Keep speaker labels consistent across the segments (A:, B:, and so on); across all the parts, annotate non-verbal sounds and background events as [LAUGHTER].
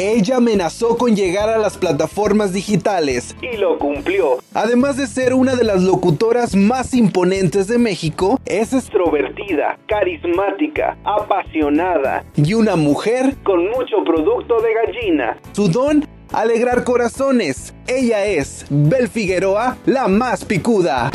A: Ella amenazó con llegar a las plataformas digitales
B: y lo cumplió.
A: Además de ser una de las locutoras más imponentes de México, es
B: extrovertida, carismática, apasionada
A: y una mujer
B: con mucho producto de gallina.
A: Su don, alegrar corazones. Ella es Bel Figueroa, la más picuda.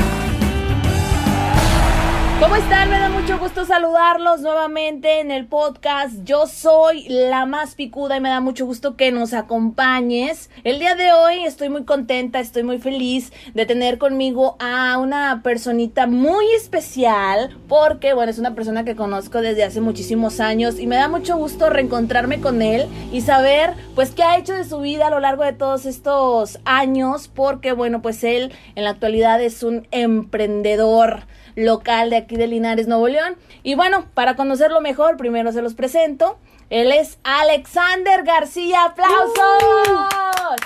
C: ¿Cómo están? Me da mucho gusto saludarlos nuevamente en el podcast. Yo soy la más picuda y me da mucho gusto que nos acompañes. El día de hoy estoy muy contenta, estoy muy feliz de tener conmigo a una personita muy especial porque, bueno, es una persona que conozco desde hace muchísimos años y me da mucho gusto reencontrarme con él y saber, pues, qué ha hecho de su vida a lo largo de todos estos años porque, bueno, pues él en la actualidad es un emprendedor local de aquí de Linares, Nuevo León. Y bueno, para conocerlo mejor, primero se los presento. Él es Alexander García. ¡Aplausos!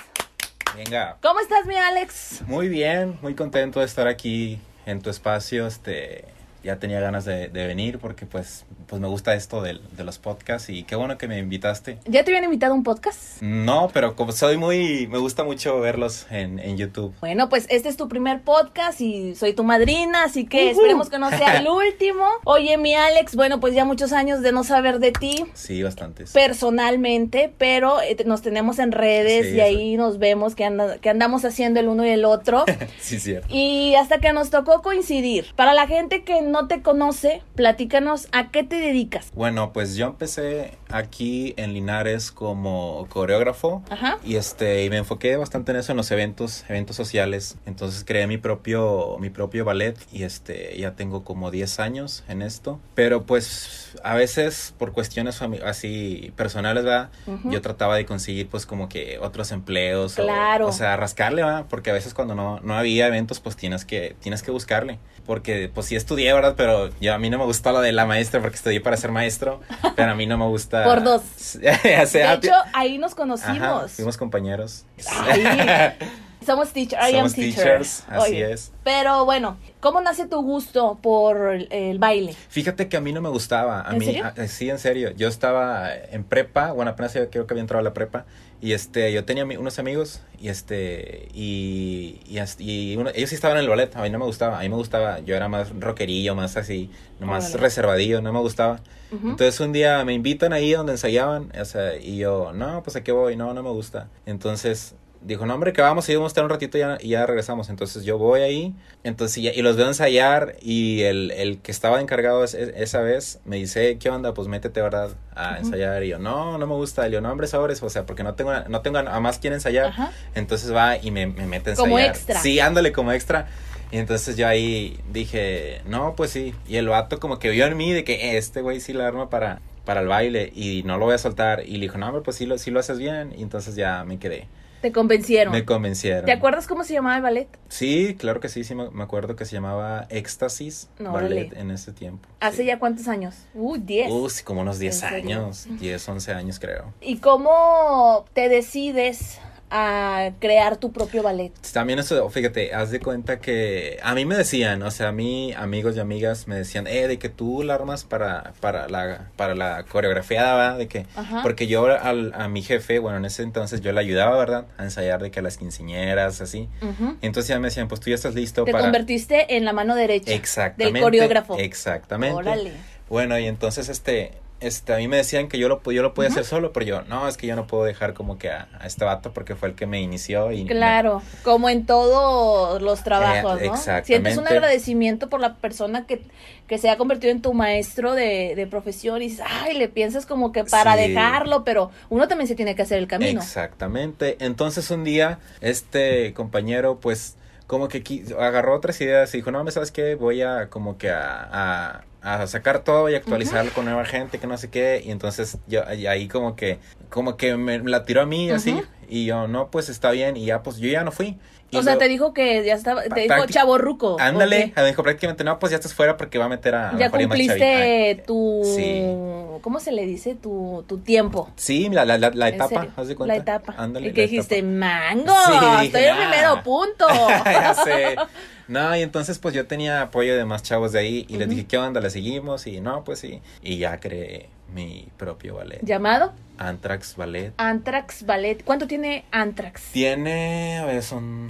D: Venga.
C: ¿Cómo estás, mi Alex?
D: Muy bien, muy contento de estar aquí en tu espacio. Este, ya tenía ganas de, de venir porque pues, pues me gusta esto de, de los podcasts y qué bueno que me invitaste.
C: ¿Ya te habían invitado a un podcast?
D: No, pero como soy muy, me gusta mucho verlos en, en YouTube.
C: Bueno, pues este es tu primer podcast y soy tu madrina, así que esperemos que no sea [LAUGHS] el último. Oye, mi Alex, bueno, pues ya muchos años de no saber de ti
D: Sí, bastantes.
C: personalmente, pero eh, te- nos tenemos en redes
D: Sí,
C: y
D: eso.
C: ahí nos vemos que, anda- que andamos haciendo el uno y el
D: [LAUGHS]
C: otro.
D: Sí, cierto.
C: Y hasta que nos tocó coincidir. Para la gente que no te conoce, platícanos a qué te dedicas.
D: Bueno, pues yo empecé aquí en Linares como coreógrafo
C: Ajá.
D: y este y me enfoqué bastante en eso en los eventos, eventos sociales. Entonces creé mi propio mi propio ballet y este ya tengo como 10 años en esto, pero pues a veces por cuestiones fami- así personales, ¿verdad?
C: Ujú.
D: Yo trataba de conseguir pues como que otros empleos o-
C: Claro.
D: o, sea, rascarle, ¿verdad? Porque a veces cuando no, no había eventos pues tienes que tienes que buscarle, porque pues sí estudié, ¿verdad? Pero yo a mí no me gusta lo de la maestra porque estudié para ser maestro, pero a mí no me
C: [LAUGHS]
D: gusta
C: Por
D: [LAUGHS]
C: dos.
D: O sea,
C: de hecho, ahí nos
D: ajá,
C: conocimos.
D: fuimos compañeros.
C: [LAUGHS] Ay, somos teacher, I am
D: [LAUGHS] Somos
C: teacher.
D: teachers, así
C: Oye,
D: es.
C: Pero bueno, ¿cómo nace tu gusto por el, el baile?
D: Fíjate que a mí no me gustaba. A
C: ¿En
D: mí,
C: serio?
D: a- eh, sí, en serio. Yo estaba en prepa, bueno, apenas yo creo que había entrado a la prepa. Y este, yo tenía mi- unos amigos y este, y, y, as- y uno- ellos sí estaban en el ballet. A mí no me gustaba. A mí me gustaba. Yo era más rockerillo, más así, más
C: Órale.
D: reservadillo, no me gustaba.
C: Ujú.
D: Entonces un día me invitan ahí donde ensayaban, o sea, y yo, no, pues a qué voy, no, no me gusta. Entonces dijo, no, hombre, que vamos, y vamos a estar un ratito y ya, y ya regresamos. Entonces yo voy ahí, entonces ya- y los veo ensayar y el, el que estaba encargado es- es- esa vez me dice, ¿qué onda? Pues métete, ¿verdad? A
C: Ujú.
D: ensayar. Y yo, no, no me gusta. Y yo, no, hombre, sobres, o sea, porque no tengo, no tengo a más quien ensayar.
C: Ajá.
D: Entonces va y me, me mete a ensayar.
C: Como extra.
D: Sí, ándale como extra. Y entonces yo ahí dije, no, pues sí. Y el vato como que vio en mí de que "Eh, este güey sí la arma para, para el baile y no lo voy a soltar. Y le dijo, no, hombre, pues sí lo, sí lo haces bien. Y entonces ya me quedé.
C: Te convencieron.
D: Me convencieron.
C: ¿Te acuerdas cómo se llamaba el ballet?
D: Sí, claro que sí, sí me me acuerdo que se llamaba Éxtasis
C: No,
D: Ballet
C: órale.
D: en ese tiempo.
C: ¿Hace
D: Sí.
C: ya cuántos años? Uh, 10.
D: Uh, sí, como unos 10
C: ¿En serio?
D: años, 10, 11 años creo.
C: ¿Y cómo te decides a crear tu propio ballet?
D: También eso, fíjate, haz de cuenta que a mí me decían, o sea, a mí amigos y amigas me decían, eh, de que tú la armas para, para la, para la coreografiada, ¿verdad? De que,
C: Ajá.
D: porque yo al- a mi jefe, bueno, en ese entonces yo le ayudaba, ¿verdad? A ensayar de que a las quinceñeras, así.
C: Ujú.
D: Entonces ya me decían, pues tú ya estás listo
C: Te
D: para...
C: convertiste en la mano derecha
D: Exactamente.
C: del coreógrafo.
D: Exactamente.
C: Órale.
D: Bueno, y entonces este, este, a mí me decían que yo lo, pu- yo lo podía
C: Ujú.
D: hacer solo, pero yo, no, es que yo no puedo dejar como que a, a este vato porque fue el que me inició y...
C: Claro, como en todos los trabajos,
D: Eh,
C: ¿no?
D: exactamente.
C: Sientes un agradecimiento por la persona que, que se ha convertido en tu maestro de, de profesión y dices, ay, le piensas como que para
D: Sí.
C: dejarlo, pero uno también se tiene que hacer el camino.
D: Exactamente. Entonces un día este compañero pues como que qui- agarró otras ideas y dijo, no, me sabes qué, voy a como que a, a- a sacar todo y actualizarlo con nueva gente, que no sé qué. Y entonces yo y ahí como que como que me la tiró a mí así
C: Ujú.
D: y yo, no, pues está bien y ya pues yo ya no fui. Y
C: o sea,
D: luego-
C: te dijo que ya estaba, te
D: Pa-
C: dijo
D: prácti-
C: chavo ruco.
D: Ándale, me dijo prácticamente, no, pues ya estás fuera porque va a meter a... a
C: Ya
D: María Machavita".
C: cumpliste
D: Ay,
C: tu,
D: Sí.
C: ¿cómo se le dice? Tu, tu tiempo.
D: Sí, la, la, la, la
C: En
D: etapa,
C: serio,
D: haz de cuenta.
C: La etapa.
D: Ándale,
C: y que
D: la
C: dijiste,
D: etapa.
C: mango,
D: Sí, dije, "Ah".
C: estoy en
D: "Nah".
C: primero punto.
D: [LAUGHS] ya
C: [LAUGHS]
D: sé. No, y entonces pues yo tenía apoyo de más chavos de ahí y les
C: Ujú.
D: dije, ¿qué onda? ¿Le seguimos? Y no, pues sí. Y ya creé mi propio ballet.
C: Llamado
D: Anthrax Ballet.
C: Anthrax Ballet. ¿Cuánto tiene Anthrax?
D: Tiene, a ver, son...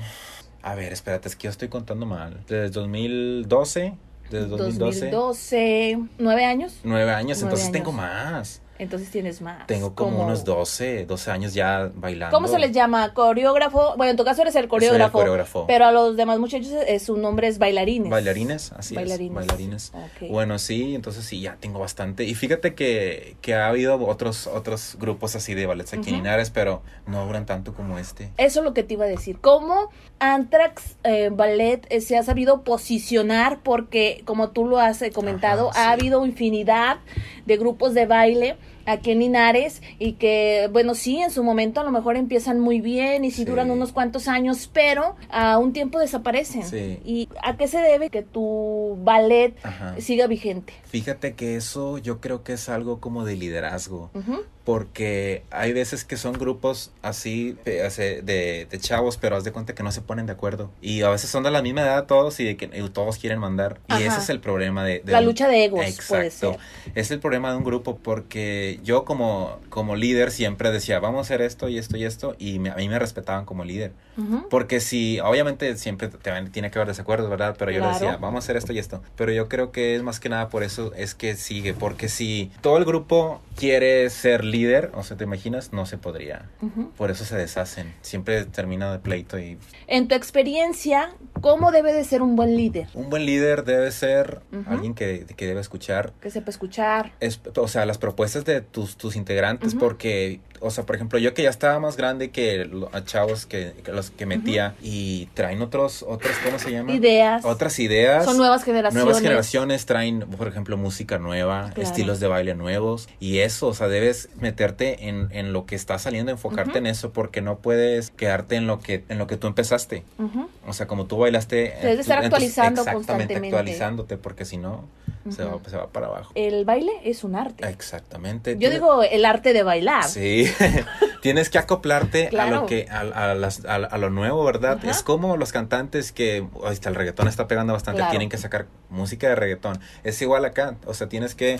D: A ver, espérate, es que yo estoy contando mal. Desde 2012. Desde 2012.
C: 2012, nueve años.
D: Nueve años,
C: Nueve
D: entonces
C: años.
D: tengo más.
C: Entonces tienes más.
D: Tengo como, unos 12, 12 años ya bailando.
C: ¿Cómo se les llama? ¿Coreógrafo? Bueno, en tu caso eres el coreógrafo.
D: Soy el coreógrafo.
C: Pero a los demás muchachos eh, su nombre es bailarines.
D: Bailarines, así
C: Bailarines.
D: es. Bailarines.
C: Ok.
D: Bueno, sí, entonces sí, ya tengo bastante. Y fíjate que, que ha habido otros, otros grupos así de ballets aquí en
C: Ujú.
D: Linares, pero no duran tanto como este.
C: Eso es lo que te iba a decir. ¿Cómo Anthrax eh, Ballet eh, se ha sabido posicionar? Porque, como tú lo has eh, comentado,
D: Ajá,
C: ha
D: sí.
C: habido infinidad de grupos de baile aquí en Linares y que, bueno, sí, en su momento a lo mejor empiezan muy bien y si
D: Sí.
C: duran unos cuantos años, pero a un tiempo desaparecen.
D: Sí.
C: ¿Y a qué se debe que tu ballet
D: Ajá.
C: siga vigente?
D: Fíjate que eso yo creo que es algo como de liderazgo.
C: Ujú.
D: porque hay veces que son grupos así pe- hace- de, de chavos, pero haz de cuenta que no se ponen de acuerdo. Y a veces son de la misma edad todos y de que y todos quieren mandar. Y
C: Ajá.
D: ese es el problema de... de
C: La
D: un-
C: lucha de egos, puede
D: Exacto.
C: ser.
D: Es el problema de un grupo porque yo como, como líder siempre decía, vamos a hacer esto y esto y esto, y me- a mí me respetaban como líder.
C: Ujú.
D: Porque si, obviamente siempre te van- tiene que haber desacuerdos, ¿verdad? Pero yo le
C: Claro.
D: decía, vamos a hacer esto y esto. Pero yo creo que es más que nada por eso es que sigue. Porque si todo el grupo quiere ser líder, o sea, te imaginas, no se podría.
C: Ujú.
D: Por eso se deshacen. Siempre termina de pleito y...
C: En tu experiencia, ¿cómo debe de ser un buen líder?
D: Un buen líder debe ser
C: Ujú.
D: alguien que, que debe escuchar
C: Que sepa escuchar.
D: es- o sea, las propuestas de tus, tus integrantes,
C: Ujú.
D: porque, o sea, por ejemplo, yo que ya estaba más grande que lo- a chavos que, que los que metía y traen otros, otros, ¿cómo se llama?
C: Ideas.
D: Otras ideas.
C: Son nuevas generaciones.
D: Nuevas generaciones traen, por ejemplo, música nueva,
C: Claro.
D: estilos de baile nuevos y eso, o sea, debes meterte en, en lo que está saliendo, enfocarte
C: Ujú.
D: en eso porque no puedes quedarte en lo que en lo que tú empezaste.
C: Ujú,
D: O sea, como tú bailaste, en
C: Debes
D: tu-
C: estar
D: en tus-
C: actualizando
D: exactamente,
C: constantemente.
D: actualizándote porque si no se, va,
C: ujú.
D: se va para abajo.
C: El baile es un arte.
D: Exactamente.
C: Yo
D: Tiene-
C: digo el arte de bailar.
D: Sí, [LAUGHS] tienes que acoplarte a
C: Claro.
D: lo que a, a las- a- a lo nuevo, ¿verdad?
C: Ajá.
D: Es como los cantantes que oh, ahí está el reggaetón está pegando bastante,
C: Claro.
D: tienen que sacar música de reggaetón. Es igual acá, o sea, tienes que,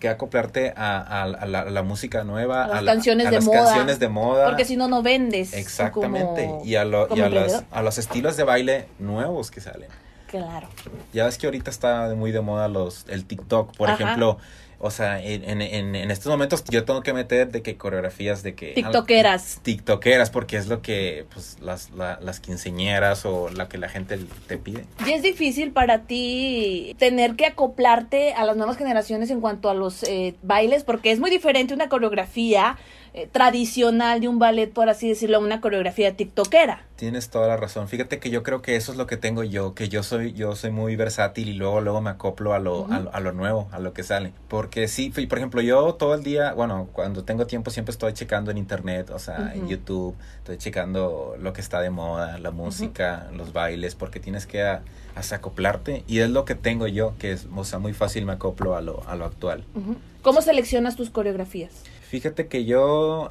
D: que acoplarte a, a- a la, a la música nueva,
C: A las
D: la-
C: canciones
D: a
C: de
D: las
C: moda.
D: canciones de moda.
C: Porque si no, no vendes. tú
D: Exactamente,
C: como-
D: y, a, lo- y
C: como
D: a, las-
C: emprendedor.
D: a los estilos de baile nuevos que salen.
C: Claro.
D: Ya ves que ahorita está muy de moda los el TikTok, por
C: Ajá.
D: ejemplo. O sea, en, en- en- en estos momentos yo tengo que meter de que coreografías de que...
C: Tiktokeras.
D: Tiktokeras, porque es lo que pues, las, la- las quinceñeras o la que la gente te pide.
C: Y es difícil para ti tener que acoplarte a las nuevas generaciones en cuanto a los eh, bailes, porque es muy diferente una coreografía eh, tradicional de un ballet, por así decirlo, a una coreografía tiktokera.
D: Tienes toda la razón. Fíjate que yo creo que eso es lo que tengo yo, que yo soy, yo soy muy versátil y luego, luego me acoplo a lo, a, lo- a lo nuevo, a lo que sale. Porque sí, fui- por ejemplo, yo todo el día, bueno, cuando tengo tiempo siempre estoy checando en internet, o sea, en
C: Ujú.
D: YouTube, estoy checando lo que está de moda, la música, los bailes, porque tienes que a- hasta acoplarte y es lo que tengo yo, que es, o sea, muy fácil me acoplo a lo, a lo actual.
C: Ujú. ¿Cómo seleccionas tus coreografías?
D: Fíjate que yo,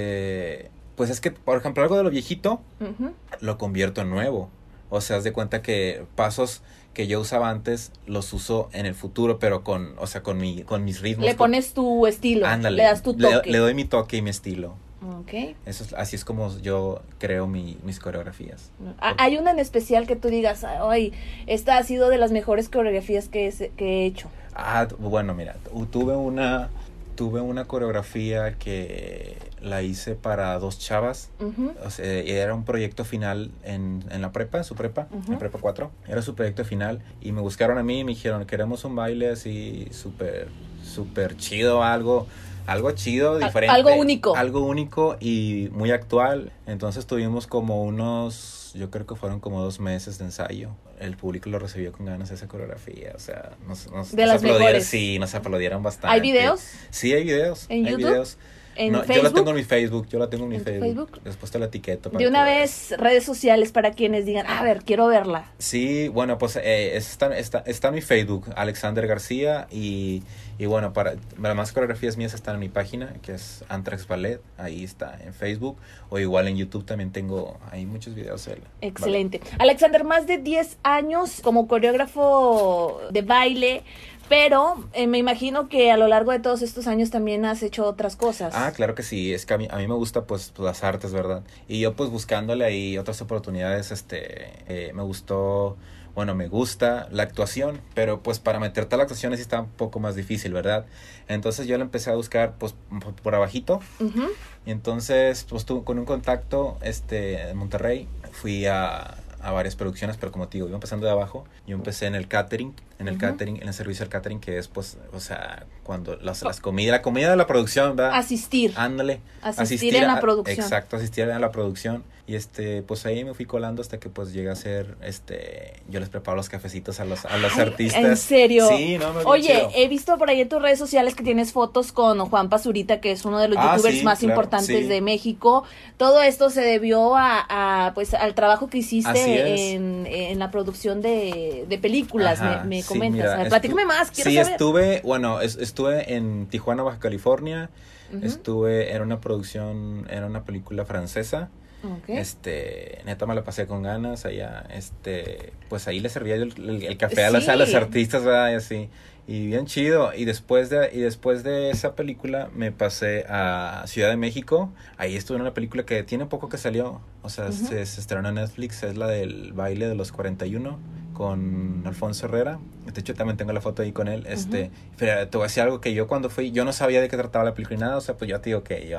D: este, pues es que, por ejemplo, algo de lo viejito,
C: Ujú.
D: lo convierto en nuevo. O sea, haz de cuenta que pasos que yo usaba antes los uso en el futuro, pero con, o sea, con mi, con mis ritmos.
C: Le
D: con-
C: pones tu estilo,
D: Ándale,
C: le das tu toque.
D: Le, doy mi toque y mi estilo.
C: Ok.
D: Eso es, así es como yo creo mi- mis coreografías.
C: Ah, Hay una en especial que tú digas, ay, esta ha sido de las mejores coreografías que, he- que he hecho.
D: Ah, t- bueno, mira, tu- tuve una, tuve una coreografía que la hice para dos chavas.
C: Ujú,
D: O sea, era un proyecto final en, en la prepa, su prepa,
C: Ujú.
D: en prepa 4. Era su proyecto final y me buscaron a mí y me dijeron, queremos un baile así súper, súper chido, algo, algo chido,
C: Al-
D: diferente.
C: algo único.
D: Algo único y muy actual. Entonces tuvimos como unos, yo creo que fueron como dos meses de ensayo. El público lo recibió con ganas esa coreografía, o sea, nos, nos,
C: De
D: nos
C: las
D: aplaudieron,
C: mejores.
D: sí, nos aplaudieron bastante.
C: ¿Hay videos
D: Sí, hay videos.
C: ¿En
D: hay
C: YouTube?
D: videos.
C: en
D: Ah, No, yo la
C: Facebook?
D: tengo en mi Facebook, yo la tengo en mi
C: ¿En tu
D: Facebook.
C: Facebook?
D: Después te la etiqueto. para
C: De
D: que
C: una
D: veas.
C: vez, redes sociales para quienes digan, a ver, quiero verla.
D: Sí, bueno, pues eh, está, está, está en mi Facebook, Alexander García, y, y bueno, para, para más coreografías mías están en mi página, que es Antrax Ballet, ahí está, en Facebook, o igual en YouTube también tengo, hay muchos videos. del ballet.
C: Excelente. Alexander, más de 10 años como coreógrafo de baile, Pero eh, me imagino que a lo largo de todos estos años también has hecho otras cosas.
D: Ah, claro que sí, es que a mí, a mí me gusta pues, pues, las artes, ¿verdad? Y yo pues buscándole ahí otras oportunidades, este, eh, me gustó, bueno, me gusta la actuación, pero pues para meterte a la actuación sí está un poco más difícil, ¿verdad? Entonces yo la empecé a buscar pues por- por abajito,
C: Ujú.
D: y entonces, pues tu- con un contacto este, en Monterrey, fui a, a varias producciones, pero como te digo, iba empezando de abajo. Yo empecé en el catering, en el
C: Ujú.
D: catering, en el servicio del catering, que es, pues, o sea, cuando las, las comidas, la comida de la producción, ¿verdad?
C: Asistir.
D: Ándale.
C: Asistir en la
D: Ah, a-
C: producción.
D: Exacto, asistir a la producción. Y este, pues ahí me fui colando hasta que pues llegué a ser, este, yo les preparo los cafecitos a los, a los
C: Ay,
D: artistas.
C: ¿en serio?
D: Sí, no, me
C: Oye, eh,
D: chido.
C: he visto por ahí en tus redes sociales que tienes fotos con Juan Pazurita, que es uno de los
D: Ah,
C: youtubers
D: sí,
C: más
D: claro,
C: importantes
D: sí.
C: de México. Todo esto se debió a, a, pues al trabajo que
D: Así
C: hiciste
D: es.
C: en, en la producción de, de películas,
D: Ajá,
C: me, me
D: sí,
C: comentas.
D: mira,
C: A ver,
D: estu-
C: platícame más, quiero
D: Sí,
C: saber.
D: estuve, bueno, es- estuve en Tijuana, Baja California.
C: Ujú,
D: Estuve, era una producción, era una película francesa.
C: ok.
D: Este, neta me la pasé con ganas allá. Este, pues ahí le servía yo el, el- el café a, las,
C: Sí.
D: a los artistas, ¿verdad? Y así. Y bien chido. Y después de, y después de esa película me pasé a Ciudad de México. Ahí estuve en una película que tiene poco que salió. O sea,
C: Ujú.
D: se, se estrenó en Netflix. Es la del baile de los 41 con Alfonso Herrera. De hecho, también tengo la foto ahí con él. Este, pero te voy a decir algo que yo cuando fui, yo no sabía de qué trataba la película ni nada. O sea, pues yo te digo que yo,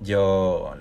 D: yo,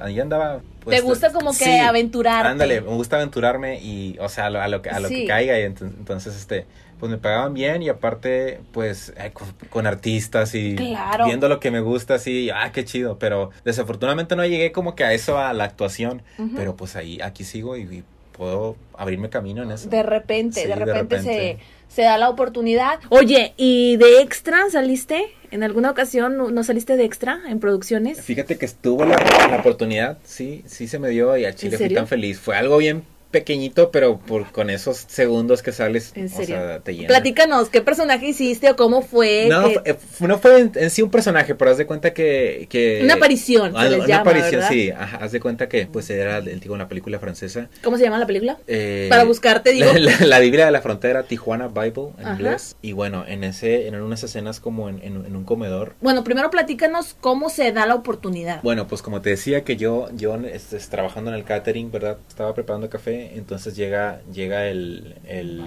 D: ahí andaba. pues,
C: ¿Te gusta como que
D: sí.
C: aventurarte?
D: Ándale, me gusta aventurarme y, o sea, a lo, a lo que, a lo
C: Sí.
D: que caiga. Y ento- entonces, este, pues me pagaban bien y aparte, pues, eh, con, con artistas y
C: Claro.
D: viendo lo que me gusta, así, ah, qué chido. Pero desafortunadamente no llegué como que a eso, a la actuación.
C: Ujú.
D: Pero pues ahí, aquí sigo y, y puedo abrirme camino en eso.
C: De repente,
D: Sí,
C: de
D: de
C: repente,
D: repente.
C: Se, se da la oportunidad. Oye, ¿y de extra saliste? ¿En alguna ocasión no- no saliste de extra en producciones?
D: Fíjate que estuvo la, la oportunidad, sí, sí se me dio y a Chile fui
C: serio?
D: tan feliz. Fue algo bien pequeñito, pero por, con esos segundos que sales,
C: ¿En
D: o
C: serio?
D: sea, te llena.
C: Platícanos, ¿qué personaje hiciste o cómo fue?
D: No,
C: ¿Qué-
D: fue- eh, fue- no fue en, en sí un personaje, pero haz de cuenta que... que-
C: Una aparición, se
D: Ah,
C: les
D: una
C: llama,
D: aparición,
C: ¿verdad?
D: sí. ajá, haz de cuenta que pues era, el digo, una película francesa.
C: ¿Cómo se llama la película?
D: eh,
C: Para
D: [LAUGHS]
C: buscarte, digo.
D: La, la- la Biblia de la Frontera, Tijuana Bible, en
C: Ajá.
D: inglés. Y bueno, en ese en unas escenas como en, en- en un comedor.
C: Bueno, primero platícanos cómo se da la oportunidad.
D: Bueno, pues como te decía que yo, yo este, trabajando en el catering, ¿verdad? Estaba preparando café, entonces llega, llega el, el,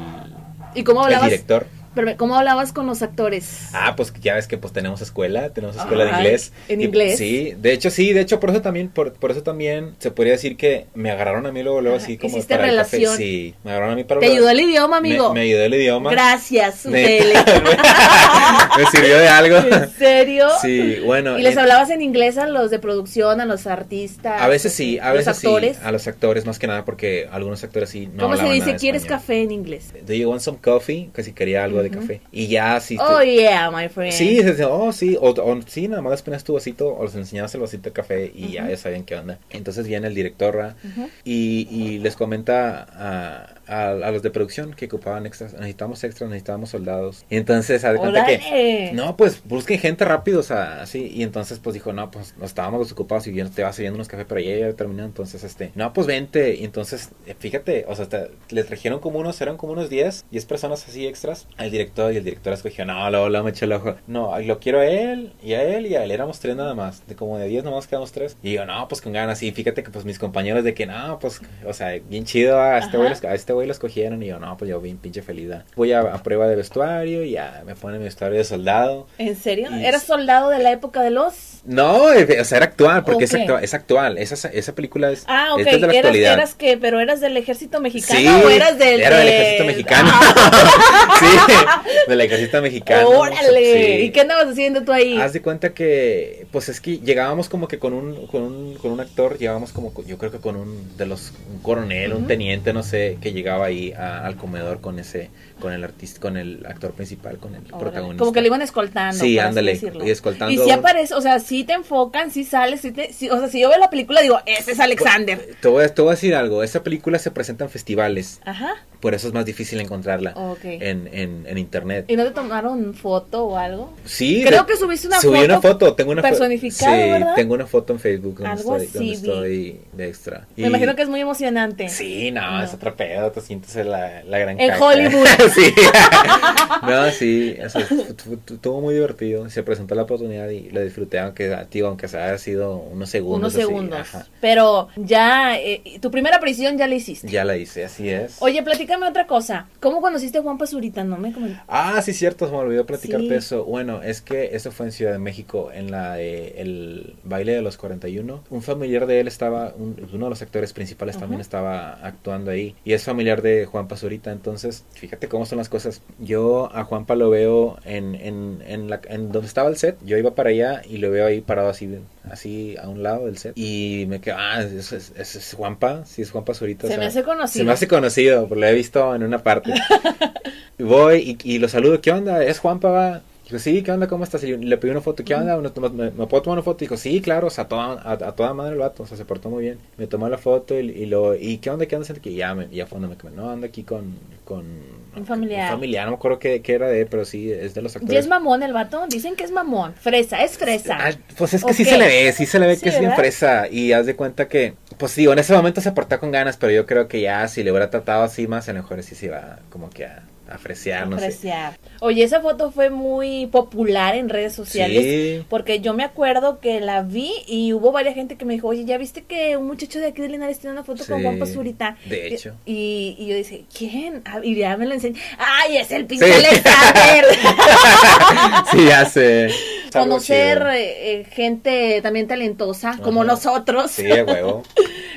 C: ¿Y cómo
D: el
C: hablabas?
D: director.
C: Pero, ¿Cómo hablabas con los actores?
D: Ah, pues ya ves que pues tenemos escuela, tenemos escuela de
C: Ay,
D: inglés.
C: ¿en
D: Y,
C: inglés?
D: Sí, de hecho sí, de hecho por eso también, por, por eso también se podría decir que me agarraron a mí luego, luego
C: Ajá,
D: así como
C: hiciste
D: para el
C: relación.
D: café. Sí, me agarraron a mí para
C: ¿Te ayudó el idioma,
D: me-
C: amigo?
D: Me, ayudó el idioma.
C: Gracias, su
D: Me-
C: tele.
D: [LAUGHS] me sirvió de algo.
C: ¿En serio?
D: Sí, bueno.
C: ¿Y les
D: en-
C: hablabas en inglés a los de producción, a los artistas?
D: A veces sí, a veces
C: ¿Los actores?
D: sí. A los actores más que nada porque algunos actores sí no
C: ¿Cómo se
D: hablaban
C: dice
D: nada de
C: quieres
D: español.
C: café en inglés?
D: Do you want some coffee? Que si quería algo de
C: Ujú.
D: café. Y ya sí.
C: Oh, yeah, my friend.
D: Sí, se- se- oh, sí, o, o- sí, nada más les ponías tu vasito o les enseñabas el vasito de café y ya,
C: Ujú.
D: ya sabían qué onda. Entonces viene el director ¿verdad?
C: Ujú.
D: y, y les comenta a, a- a los de producción que ocupaban extras, necesitamos extras, necesitábamos soldados. Y entonces, haz de cuenta que,
C: Órale.
D: no, pues busquen gente rápido, o sea, así. Y entonces, pues dijo, no, pues nos estábamos desocupados y yo te vas sirviendo unos cafés para allá ya terminado. Entonces, este, no, pues vente. Y entonces, eh, fíjate, o sea, te- les trajeron como unos, eran como unos 10, 10 personas así extras al director. Y el director escogió, no, lo, lo, me echó el ojo. No, lo quiero a él y a él y a él. Éramos tres nada más. De como de 10 nomás quedamos tres. Y yo, no, pues con ganas. Y fíjate que, pues mis compañeros de que, no, pues, o sea, bien chido, a este
C: Ajá.
D: güey los- a este güey los cogieron. Y yo, no, pues yo bien pinche feliz. ¿verdad? Voy a, a prueba de vestuario y ya me ponen mi vestuario de soldado.
C: ¿En serio?
D: Y-
C: ¿Eras soldado de la época de los...?
D: No, eh, o sea, era actual, porque es,
C: Ok.
D: actua- es actual. Esa, esa película es,
C: Ah, ok.
D: esta es de la
C: ¿Eras,
D: actualidad.
C: ¿Eras qué? ¿Pero eras del ejército mexicano
D: Sí,
C: o eras del...?
D: era del
C: del-
D: ejército mexicano. [LAUGHS] sí, del ejército mexicano.
C: ¡Órale!
D: Sí. Ah,
C: ¿Y qué andabas haciendo tú ahí?
D: Haz de cuenta que, pues es que llegábamos como que con un, con un, con un actor, llegábamos como, co- yo creo que con un, de los, un coronel,
C: Ujú.
D: un teniente, no sé, que llegaba ahí a- al comedor con ese, con el artista, con el actor principal, con el
C: Órale.
D: protagonista.
C: Como que lo iban escoltando.
D: Sí,
C: por así
D: ándale,
C: decirlo.
D: y escoltando
C: Y
D: a
C: si
D: uno.
C: aparece, o sea, si te enfocan, si sales, si te, si- o sea, si yo veo la película digo, ese es Alexander.
D: Te voy, a, te voy a decir algo, esa película se presenta en festivales.
C: Ajá.
D: Por eso es más difícil encontrarla
C: Ok.
D: en, en, en internet.
C: ¿Y no te tomaron foto o algo?
D: Sí.
C: Creo
D: de-
C: que subiste una
D: subí
C: foto
D: una foto, tengo una fo-
C: personificada,
D: Sí,
C: ¿verdad?
D: tengo una foto en Facebook donde,
C: Algo
D: estoy, donde
C: así vi.
D: estoy de extra.
C: Me
D: Y-
C: imagino que es muy emocionante.
D: Sí, no,
C: No.
D: es otro pedo, te sientes en la, la gran
C: En
D: caca.
C: Hollywood.
D: [LAUGHS]
C: [LAUGHS]
D: sí. no, sí, o sea, fu- fu- fu- estuvo muy divertido, se presentó la oportunidad y lo disfruté, aunque, tío, aunque se haya sido unos segundos.
C: Unos
D: así,
C: segundos.
D: ajá.
C: Pero ya, eh, tu primera aparición ya la hiciste.
D: Ya la hice, así es.
C: Oye, platícame otra cosa. ¿Cómo conociste a Juan Pazurita? No me comen-
D: Ah, sí, cierto, se me olvidó platicarte
C: Sí.
D: eso. Bueno, es que eso fue en Ciudad de México, en la de el baile de los 41. Un familiar de él estaba, un- uno de los actores principales también
C: Ajá.
D: estaba actuando ahí. Y es familiar de Juan Pazurita, entonces, fíjate cómo son las cosas. Yo a Juanpa lo veo en, en, en, la, en donde estaba el set. Yo iba para allá y lo veo ahí parado así, así a un lado del set. Y me quedo, ah, ese es, ese es Juanpa, sí es Juan Pazurita.
C: Se me hace conocido.
D: Se me hace conocido, lo he visto en una
C: [LAUGHS]
D: parte. Y Voy y, y lo saludo, ¿qué onda? ¿Es Juan Pava? Dijo, sí, ¿qué onda? ¿Cómo estás? Y le pedí una foto, ¿qué onda? ¿Me, tomas- me, me puedo tomar una foto? Dijo, sí, claro, o sea, a toda, a, a toda madre el vato, o sea, se portó muy bien. Me tomó la foto y, y lo, ¿y qué onda? ¿Qué andas haciendo aquí? Y ya, me, ya fue donde me quedé, no, ando aquí con... con
C: Un familiar.
D: familiar, no me acuerdo qué, qué era de él, pero sí, es de los actores.
C: ¿Y es mamón el vato? Dicen que es mamón. Fresa, es fresa.
D: Ah, pues es que sí
C: Ok.
D: se le ve, sí se le ve
C: Sí,
D: que es bien
C: ¿verdad?
D: fresa. Y haz de cuenta que, pues digo, en ese momento se portó con ganas, pero yo creo que ya si le hubiera tratado así más, a lo mejor sí se iba como que a, a fresear, no sé.
C: Apreciar. Oye, esa foto fue muy popular en redes sociales.
D: Sí. [LAUGHS]
C: Porque yo me acuerdo que la vi y hubo varias gente que me dijo, oye, ¿ya viste que un muchacho de aquí de Linares tiene una foto con
D: Sí,
C: Juan Pazurita?
D: de hecho.
C: Y, y yo dije, ¿quién? Ah, Y ya me lo enseñé. ¡Ay, es el pinche
D: [LAUGHS]
C: Alexander!
D: sí, ya sé. Es algo
C: Conocer
D: chido.
C: eh, eh, gente también talentosa,
D: Ajá.
C: como nosotros,
D: Sí, a huevo.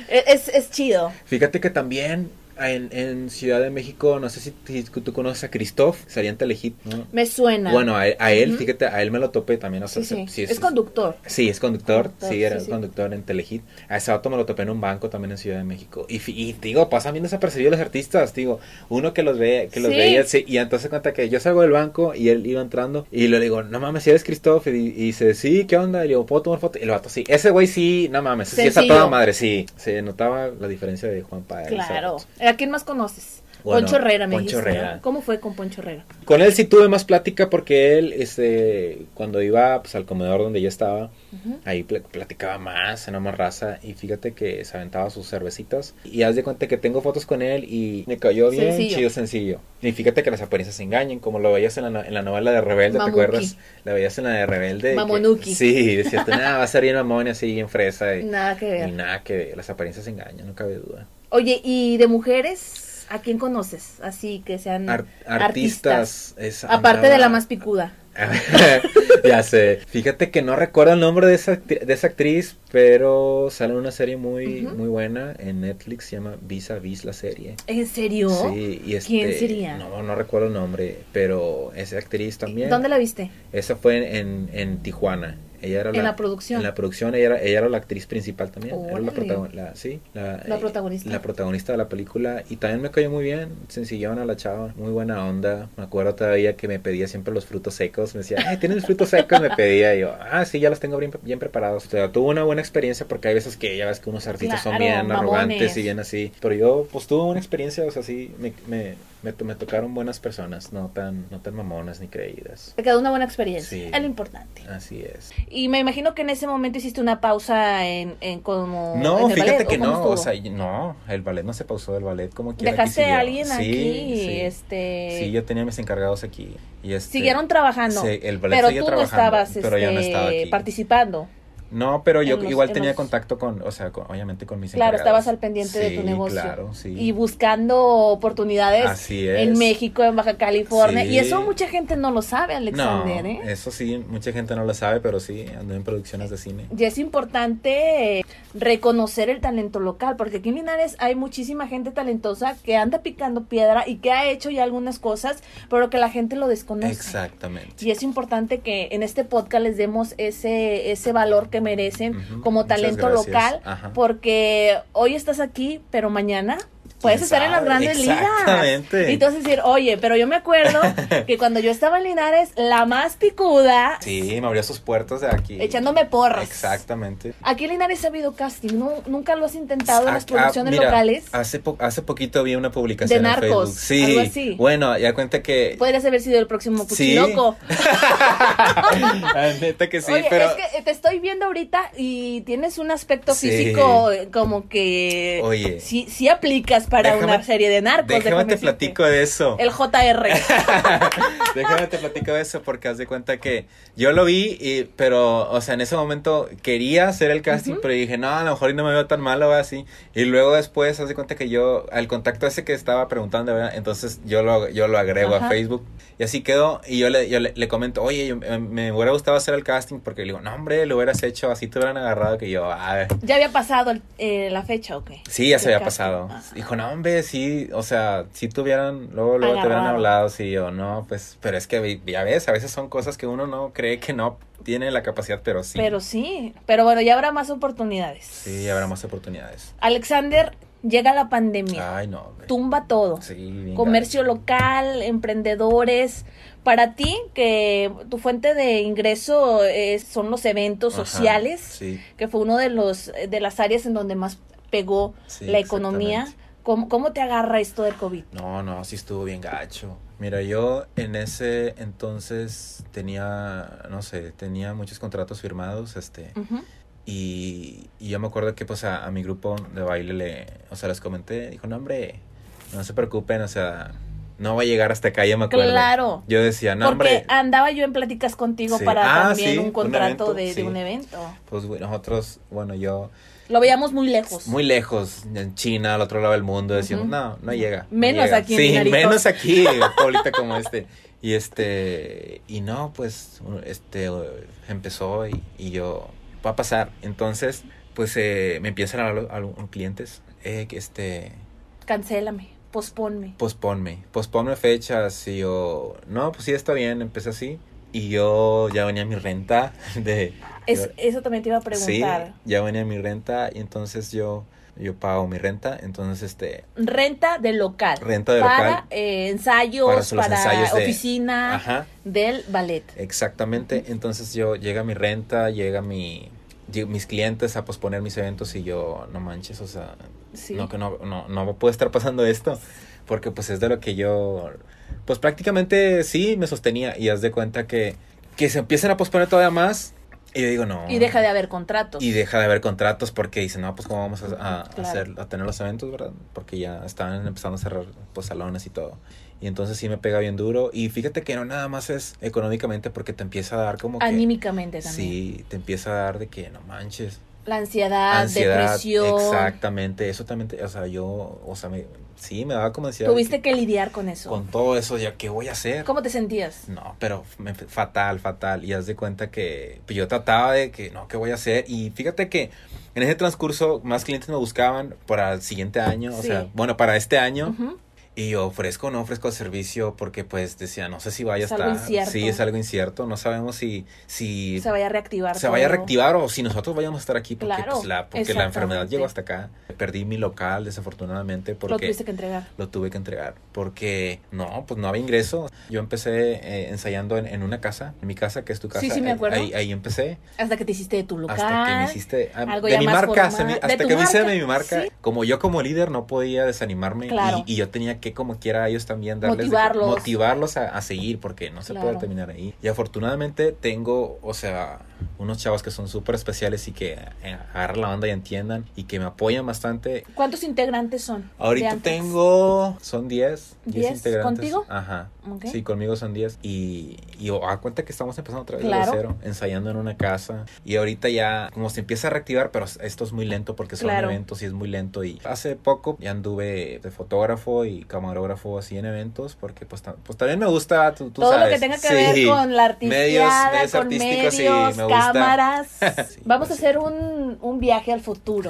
C: es, es chido.
D: Fíjate que también en, en Ciudad de México, no sé si, si tú conoces a Christoph, salía en Telehit, ¿no?
C: Me suena.
D: Bueno, a, a él,
C: Ujú.
D: fíjate, a él me lo topé también. O sea,
C: sí, sí.
D: sí,
C: es conductor.
D: Sí, es conductor,
C: Conductor,
D: sí, era
C: sí, sí.
D: conductor en Telehit. A ese vato me lo topé en un banco también en Ciudad de México. Y, fi- y digo, pasan bien desapercibidos los artistas, digo, uno que los ve, que los
C: Sí.
D: veía, sí, y entonces cuenta que yo salgo del banco y él iba entrando y le digo, no mames, si eres Christoph, y, y dice, sí, ¿qué onda? Y le digo, ¿puedo tomar foto? Y el vato, sí, ese güey sí, no mames, sí está
C: Sencillo.
D: toda madre, sí. Se notaba la diferencia de Juan Padre.
C: Claro. ¿A quién más conoces?
D: Bueno,
C: Poncho Herrera, me
D: Poncho
C: dijiste, ¿no?
D: Herrera.
C: ¿Cómo fue con Poncho Herrera?
D: Con él sí tuve más plática porque él, este, cuando iba pues, al comedor donde yo estaba,
C: Ujú.
D: ahí pl- platicaba más, era más raza, y fíjate que se aventaba sus cervecitas. Y haz de cuenta que tengo fotos con él y me cayó bien
C: Sencillo.
D: chido, sencillo. Y fíjate que las apariencias se engañan, como lo veías en la, no- en la novela de Rebelde,
C: Mamuki.
D: ¿te acuerdas? La veías en la de Rebelde. que-
C: Mamonuki.
D: sí, decías, tú, nada, va a ser bien mamón y así, bien fresa. Y,
C: Nada que
D: y
C: ver.
D: nada, que las apariencias se engañan, no cabe duda.
C: Oye, ¿y de mujeres? ¿A quién conoces? Así que sean
D: Ar-
C: Mm. artistas.
D: artistas. es-
C: Aparte de
D: andaba-
C: la más picuda.
D: [LAUGHS] ya sé. Fíjate que no recuerdo el nombre de esa, actri- de esa actriz, pero sale en una serie muy,
C: Ujú.
D: muy buena en Netflix, se llama Vis a Vis la serie.
C: ¿En serio?
D: Sí, y este,
C: ¿Quién sería?
D: No, no recuerdo el nombre, pero esa actriz también.
C: ¿Dónde la viste?
D: Esa fue en, en Tijuana. Ella era
C: En la producción.
D: En la producción, ella era, ella era la actriz principal también. Era la,
C: Órale.
D: protagon- la- sí, la,
C: La
D: eh,
C: protagonista.
D: La protagonista de la película. Y también me cayó muy bien. Sencillona la chava. Muy buena onda. Me acuerdo todavía que me pedía siempre los frutos secos. Me decía, "Ay, ¿tienes frutos secos? Me pedía. Y yo, ah, sí, ya los tengo bien, bien preparados. O sea, tuve una buena experiencia porque hay veces que ya ves que unos artistas son
C: Claro,
D: bien
C: mamones.
D: arrogantes y bien así. Pero yo, pues tuve una experiencia, o sea, sí, me, me, me, to- me tocaron buenas personas. No tan, no tan mamonas ni creídas.
C: Te quedó una buena experiencia.
D: Sí. Ah.
C: Es lo importante.
D: Así es.
C: Y me imagino que en ese momento hiciste una pausa en, en como.
D: No,
C: Oh, en el
D: fíjate
C: ballet, ¿o
D: que
C: cómo
D: no,
C: estuvo?
D: o sea, y- no, el ballet no se pausó del ballet como quiera. aquí
C: Dejaste a
D: siguió.
C: alguien
D: Sí,
C: aquí.
D: sí.
C: Este.
D: Sí, yo tenía mis encargados aquí. Y este,
C: Siguieron trabajando.
D: sí, el ballet
C: pero
D: seguía
C: tú no
D: trabajando,
C: estabas
D: pero yo no
C: este,
D: estaba aquí.
C: participando.
D: No, pero yo
C: en los-
D: igual
C: en
D: tenía
C: los-
D: contacto con, o sea, con- obviamente con mis
C: Claro,
D: encargados.
C: estabas al pendiente de
D: Sí,
C: tu negocio.
D: claro, sí.
C: Y buscando oportunidades
D: Así es.
C: en México, en Baja California.
D: Sí.
C: Y eso mucha gente no lo sabe,
D: No,
C: Alexander. ¿eh?
D: eso sí, mucha gente no lo sabe, pero sí, ando en producciones de cine.
C: Y es importante eh, reconocer el talento local, porque aquí en Linares hay muchísima gente talentosa que anda picando piedra y que ha hecho ya algunas cosas, pero que la gente lo desconoce.
D: Exactamente.
C: Y es importante que en este podcast les demos ese, ese valor que merecen
D: Ujú,
C: como
D: muchas
C: talento
D: gracias.
C: local,
D: Ajá.
C: porque hoy estás aquí, pero mañana Puedes
D: ¿Quién
C: estar en las
D: sabe?
C: grandes ligas.
D: Exactamente.
C: Y tú vas a decir, oye, pero yo me
D: [LAUGHS]
C: acuerdo que cuando yo estaba en Linares, la más picuda,
D: Sí, me abrió sus puertas de aquí.
C: echándome porras.
D: Exactamente.
C: Aquí en Linares ha habido casting, ¿no? ¿Nunca lo has intentado en las
D: Ah,
C: producciones
D: mira, ah,
C: locales?
D: Hace, po- hace poquito vi una publicación
C: De
D: en
C: narcos,
D: Facebook. Sí.
C: algo así. Pues,
D: Bueno, ya cuenta que. [LAUGHS]
C: Podrías haber sido el próximo
D: sí.
C: Cuchiloco.
D: Ah, neta que sí,
C: Oye,
D: pero.
C: es que eh, te estoy viendo ahorita y tienes un aspecto
D: Sí.
C: físico eh, como que
D: Oye.
C: sí, sí aplicas para
D: Déjame-
C: una serie de narcos.
D: Déjame, te
C: decirte.
D: platico de eso.
C: El JR.
D: [LAUGHS] Déjame te platico de eso porque haz de cuenta que yo lo vi, y, pero, o sea, en ese momento quería hacer el casting, pero dije, no, a lo mejor y no me veo tan malo o así. Y luego después, haz de cuenta que yo, al contacto ese que estaba preguntando, ¿verdad? entonces yo lo, yo lo agrego
C: Ajá.
D: a Facebook. Y así quedó, y yo le, yo le, le comento, oye, yo- eh, me hubiera gustado hacer el casting porque le digo, no, hombre, lo hubieras hecho, así te hubieran agarrado que yo, ah,
C: ¿Ya había pasado el- eh, la fecha o qué?
D: Sí, ya se
C: Del
D: había
C: casting.
D: pasado.
C: Ah.
D: Dijo, no, hombre, sí, o sea, si tuvieran, luego, luego te hubieran
C: Agarrado.
D: hablado, sí, o no, pues, pero es que vi- ya ves, a veces son cosas que uno no cree que no tiene la capacidad, pero sí.
C: Pero sí. Pero bueno, ya habrá más oportunidades.
D: Sí, habrá más oportunidades.
C: Alexander, llega la pandemia.
D: Ay, no, hombre.
C: Tumba todo.
D: Sí, bien
C: Comercio
D: gacho.
C: local, emprendedores. Para ti, que tu fuente de ingreso es- son los eventos
D: Ajá,
C: sociales.
D: Sí.
C: que fue uno de los eh, de las áreas en donde más pegó
D: Sí,
C: la economía.
D: exactamente.
C: ¿Cómo, ¿Cómo te agarra esto del COVID?
D: No, no, sí estuvo bien gacho. Mira, yo en ese entonces tenía, no sé, tenía muchos contratos firmados, este,
C: Ujú.
D: Y, y yo me acuerdo que pues a, a mi grupo de baile le, o sea, les comenté, dijo, no hombre, no se preocupen, o sea, no va a llegar hasta acá, yo me acuerdo.
C: Claro.
D: Yo decía, no
C: Porque ah,
D: hombre,
C: andaba yo en pláticas contigo
D: Sí.
C: para
D: Ah,
C: también
D: sí,
C: un
D: un
C: contrato
D: evento,
C: de, de
D: sí.
C: un evento.
D: pues güey, nosotros, bueno, yo,
C: Lo veíamos muy lejos.
D: muy lejos, en China, al otro lado del mundo, decimos,
C: Pues, Ujú.
D: no, no llega. no
C: Menos
D: llega".
C: aquí en
D: Sí,
C: Minarito. [LAUGHS]
D: menos aquí, ahorita como este. Y este, y no, pues, este, empezó y, y yo, va a pasar. Entonces, pues, eh, me empiezan a hablar algunos clientes, eh, que este...
C: Cancélame, posponme.
D: posponme, posponme fechas y yo, no, pues sí, está bien, empecé así y yo ya venía mi renta [LAUGHS] de...
C: Es-
D: yo-
C: eso también te iba a preguntar.
D: Sí, ya venía mi renta y entonces yo, yo pago mi renta, entonces este,
C: Renta de local.
D: Renta de
C: para,
D: local.
C: eh, ensayos,
D: Para
C: para,
D: los ensayos de-
C: oficina
D: ajá, Eh,
C: del ballet.
D: exactamente, entonces yo, llega mi renta, llega mi... lleg- Mis clientes a posponer mis eventos y yo, no manches, o sea,
C: Sí.
D: no, que no, no, no puede estar pasando esto, porque pues es de lo que yo, pues prácticamente sí me sostenía y haz de cuenta que, que se empiezan a posponer todavía más y yo digo no.
C: Y deja de haber contratos.
D: Y deja de haber contratos porque dicen, no, pues cómo vamos a, a
C: Claro.
D: hacer, a tener los eventos, ¿verdad? Porque ya estaban empezando a cerrar pues, salones y todo. Y entonces sí me pega bien duro. Y fíjate que no nada más es económicamente porque te empieza a dar como que...
C: Anímicamente también.
D: Sí, te empieza a dar de que no manches
C: La ansiedad, depresión.
D: exactamente, eso también, te- o sea, yo, o sea, me- sí, me daba como ansiedad.
C: Tuviste que lidiar con eso.
D: Con todo eso, ya, ¿qué voy a hacer?
C: ¿Cómo te sentías?
D: No, pero me- fatal, fatal, y haz de cuenta que pues, yo trataba de que, no, ¿qué voy a hacer? Y fíjate que en ese transcurso más clientes me buscaban para el siguiente año, o
C: Sí.
D: sea, bueno, para este año,
C: Ujú.
D: y yo ofrezco o no ofrezco el servicio porque pues decía, no sé si vaya
C: Es
D: a
C: algo
D: estar,
C: incierto.
D: sí, es algo incierto, no sabemos si, si
C: Se vaya a reactivar.
D: se vaya a
C: todo.
D: reactivar o si nosotros vayamos a estar aquí porque,
C: Claro,
D: pues, la, porque la enfermedad
C: exactamente.
D: llegó hasta acá. Perdí mi local desafortunadamente
C: Lo
D: porque
C: tuviste que entregar.
D: lo tuve que entregar porque no, pues no había ingreso. Yo empecé eh, ensayando en, en una casa, en mi casa que es tu casa.
C: Sí, sí, me
D: Ahí-
C: acuerdo.
D: Ahí, ahí empecé
C: Hasta que te hiciste de tu local.
D: hasta que me hiciste ah,
C: algo
D: de
C: ya
D: mi
C: más
D: marca,
C: formal.
D: se me-
C: De
D: hasta
C: tu
D: que me hice
C: marca,
D: de mi marca.
C: sí.
D: Como yo como líder no podía desanimarme y-
C: Claro.
D: y, yo tenía que como quiera a ellos también darles de que-
C: Motivarlos.
D: motivarlos a, a seguir porque no se
C: Claro.
D: puede terminar ahí. Y afortunadamente tengo, o sea, unos chavos que son súper especiales y que eh, agarran la onda y entiendan y que me apoyan bastante.
C: ¿Cuántos integrantes son? de
D: Ahorita
C: antes?
D: tengo, son 10, 10
C: ¿Diez?
D: integrantes.
C: ¿Contigo?
D: Ajá.
C: Ok.
D: Sí, conmigo son 10. Y, y o- a cuenta que estamos empezando otra vez
C: Claro.
D: de cero, ensayando en una casa. Y ahorita ya, como se empieza a reactivar, pero esto es muy lento porque son
C: Claro.
D: eventos y es muy lento. Y hace poco ya anduve de fotógrafo y camarógrafo así en eventos porque pues, ta- pues también me gusta, tú, tú
C: Todo lo
D: sabes.
C: que tenga que
D: Sí.
C: ver con la artisteada,
D: medios
C: con medios,
D: artísticos, sí, me gusta.
C: cámaras.
D: [LAUGHS] Sí,
C: Vamos a
D: pues sí.
C: hacer un, un viaje al
D: [LAUGHS]
C: futuro.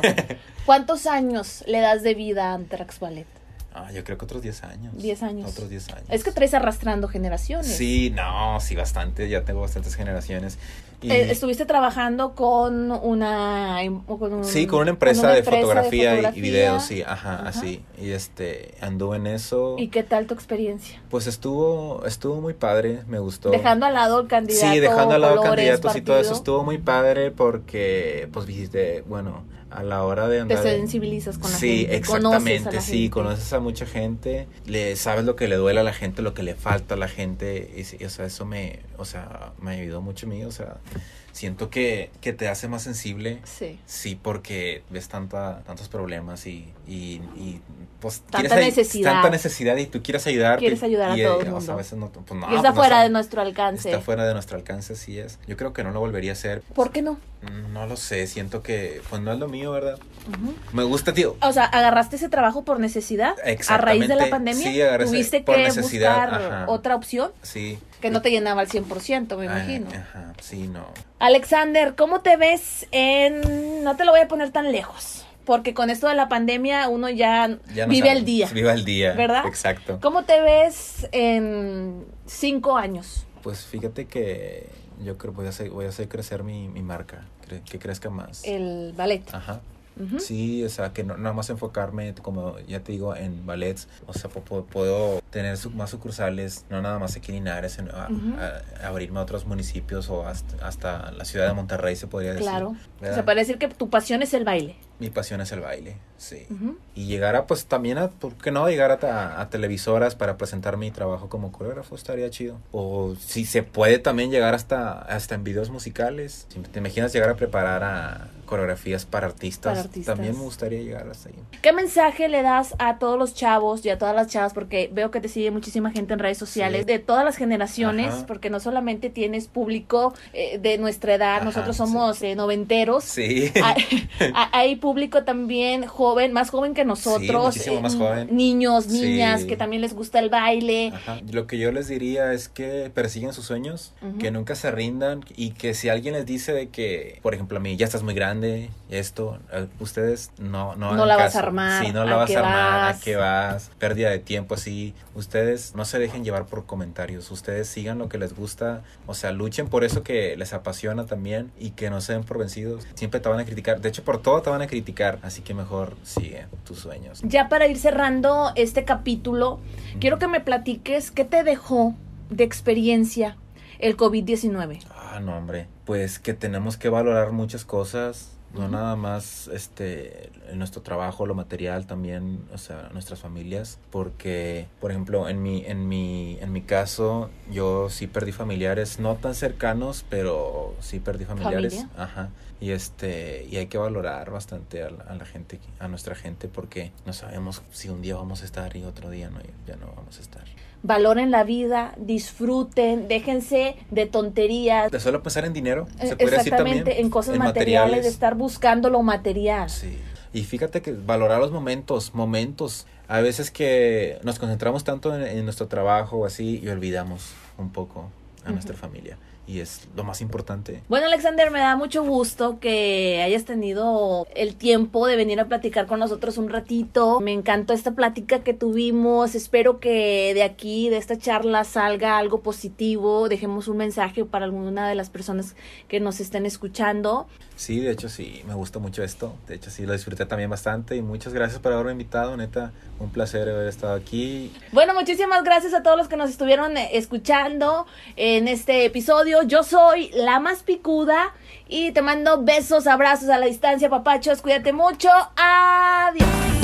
C: ¿Cuántos años le das de vida a Antrax Ballet?
D: Ah, yo creo que otros 10 años.
C: 10 años.
D: Otros 10 años.
C: Es que traes arrastrando generaciones.
D: Sí, no, sí, bastante. Ya tengo bastantes generaciones. Y-
C: Eh, Estuviste trabajando con una... em, Mm, con un-
D: Sí, con una empresa, de,
C: empresa
D: fotografía y- y,
C: fotografía.
D: video, sí, ajá,
C: Ajá.
D: así. Y este, anduve en eso.
C: ¿Y qué tal tu experiencia?
D: Pues estuvo, estuvo muy padre, me gustó.
C: Dejando al lado el candidato,
D: Sí, dejando al lado
C: colores,
D: candidatos y todo eso
C: partido,
D: estuvo muy padre porque, pues, visité, bueno, a la hora de
C: Te
D: andar. en-
C: sensibilizas con la
D: sí,
C: gente. conoces a
D: exactamente,
C: la
D: sí,
C: gente.
D: conoces a mucha gente, le sabes lo que le duele a la gente, lo que le falta a la gente, y, sí, o sea, eso me, o sea, me ayudó mucho a mí, o sea, siento que, que te hace más sensible,
C: Sí.
D: sí, porque ves tanta, tantos problemas y, y, y, pues,
C: Tanta
D: ay-
C: necesidad.
D: tanta necesidad y tú quieres ayudar.
C: Quieres ayudar a
D: y, eh,
C: todo
D: o
C: el
D: sea,
C: mundo.
D: a veces no, pues, no,
C: y está
D: pues, no
C: fuera
D: sabe-
C: de nuestro alcance.
D: Está fuera de nuestro alcance, así es. Yo creo que no lo volvería a hacer.
C: ¿Por qué no?
D: No lo sé, siento que pues no es lo mío, ¿verdad?
C: Ujú.
D: Me gusta, tío.
C: O sea, agarraste ese trabajo por necesidad. A raíz de la
D: Exactamente.
C: pandemia,
D: Sí, agarré ese-
C: tuviste
D: por
C: que
D: necesidad,
C: buscar
D: ajá.
C: otra opción
D: Sí.
C: que no te llenaba al 100%, me
D: Ah,
C: imagino.
D: Ajá, sí, no.
C: Alexander, ¿cómo te ves en... No te lo voy a poner tan lejos, porque con esto de la pandemia uno ya,
D: Ya no
C: vive
D: sabe.
C: el día.
D: Vive el día.
C: ¿Verdad?
D: Exacto.
C: ¿Cómo te ves en cinco años?
D: Pues fíjate que yo creo que voy a hacer, voy a hacer crecer mi, mi marca, cre- que crezca más.
C: El ballet.
D: Ajá.
C: Ujú.
D: Ah, Sí, o sea, que no, nada más enfocarme, como ya te digo, en ballets. O sea, po- po- puedo tener su- más sucursales, no nada más aquí en Linares, en- a-
C: Ujú.
D: a- abrirme a otros municipios o hasta, hasta la ciudad de Monterrey, se podría decir.
C: Claro.
D: ¿verdad?
C: Se puede decir que tu pasión es el baile.
D: Mi pasión es el baile, sí.
C: Ujú.
D: Y llegar a, pues también a, ¿por qué no? Llegar a, ta- a televisoras para presentar mi trabajo como coreógrafo estaría chido. O si se puede también llegar hasta, hasta en videos musicales. Si te imaginas llegar a preparar a coreografías para artistas,
C: Para artistas.
D: también me gustaría llegar hasta ahí.
C: ¿Qué mensaje le das a todos los chavos y a todas las chavas? Porque veo que te sigue muchísima gente en redes sociales
D: Sí.
C: de todas las generaciones,
D: Ajá.
C: porque no solamente tienes público eh, de nuestra edad,
D: Ajá,
C: nosotros somos eh, noventeros.
D: Sí.
C: [LAUGHS]
D: [LAUGHS]
C: Hay, a- hay público también joven, más joven que nosotros, eh,
D: muchísimo más joven.
C: niños,
D: Sí.
C: niñas, que también les gusta el baile.
D: Ajá. Lo que yo les diría es que persiguen sus sueños,
C: Ujú.
D: que nunca se rindan y que si alguien les dice de que, por ejemplo, a mí ya estás muy grande, esto, eh, ustedes no no
C: No
D: hagan
C: la vas
D: caso.
C: a armar,
D: Sí, no
C: ¿a
D: la vas
C: qué
D: a armar,
C: vas?
D: a qué vas, pérdida de tiempo así. Ustedes no se dejen llevar por comentarios, ustedes sigan lo que les gusta, o sea, luchen por eso que les apasiona también y que no se den por vencidos. Siempre te van a criticar, de hecho por todo te van a criticar, así que mejor sigue tus sueños.
C: Ya para ir cerrando este capítulo, quiero que me platiques qué te dejó de experiencia el COVID-19.
D: Ah, no, hombre. Pues que tenemos que valorar muchas cosas, no
C: Ujú.
D: nada más este en nuestro trabajo, lo material también, o sea, nuestras familias, porque por ejemplo, en mi en mi en mi caso yo sí perdí familiares no tan cercanos, pero sí perdí familiares,
C: Familia.
D: ajá. Y este y hay que valorar bastante a la, a la gente, a nuestra gente porque no sabemos si un día vamos a estar y otro día no ya no vamos a estar.
C: Valoren la vida, disfruten, déjense de tonterías.
D: De solo pensar en dinero, se podría decir también
C: Eh, Exactamente, en cosas materiales, de estar buscando lo material.
D: Sí. Y fíjate que valorar los momentos, momentos. A veces que nos concentramos tanto en, en nuestro trabajo o así y olvidamos un poco a
C: Ujú.
D: nuestra familia. Y es lo más importante.
C: Bueno, Alexander, me da mucho gusto que hayas tenido el tiempo de venir a platicar con nosotros un ratito. Me encantó esta plática que tuvimos. Espero que de aquí, de esta charla, salga algo positivo. Dejemos un mensaje para alguna de las personas que nos estén escuchando.
D: Sí, de hecho sí, me gusta mucho esto. De hecho sí, lo disfruté también bastante. Y muchas gracias por haberme invitado. Neta, un placer haber estado aquí.
C: Bueno, muchísimas gracias a todos los que nos estuvieron eh, escuchando en este episodio. Yo soy la más picuda y te mando besos, abrazos a la distancia, papachos. Cuídate mucho. Adiós.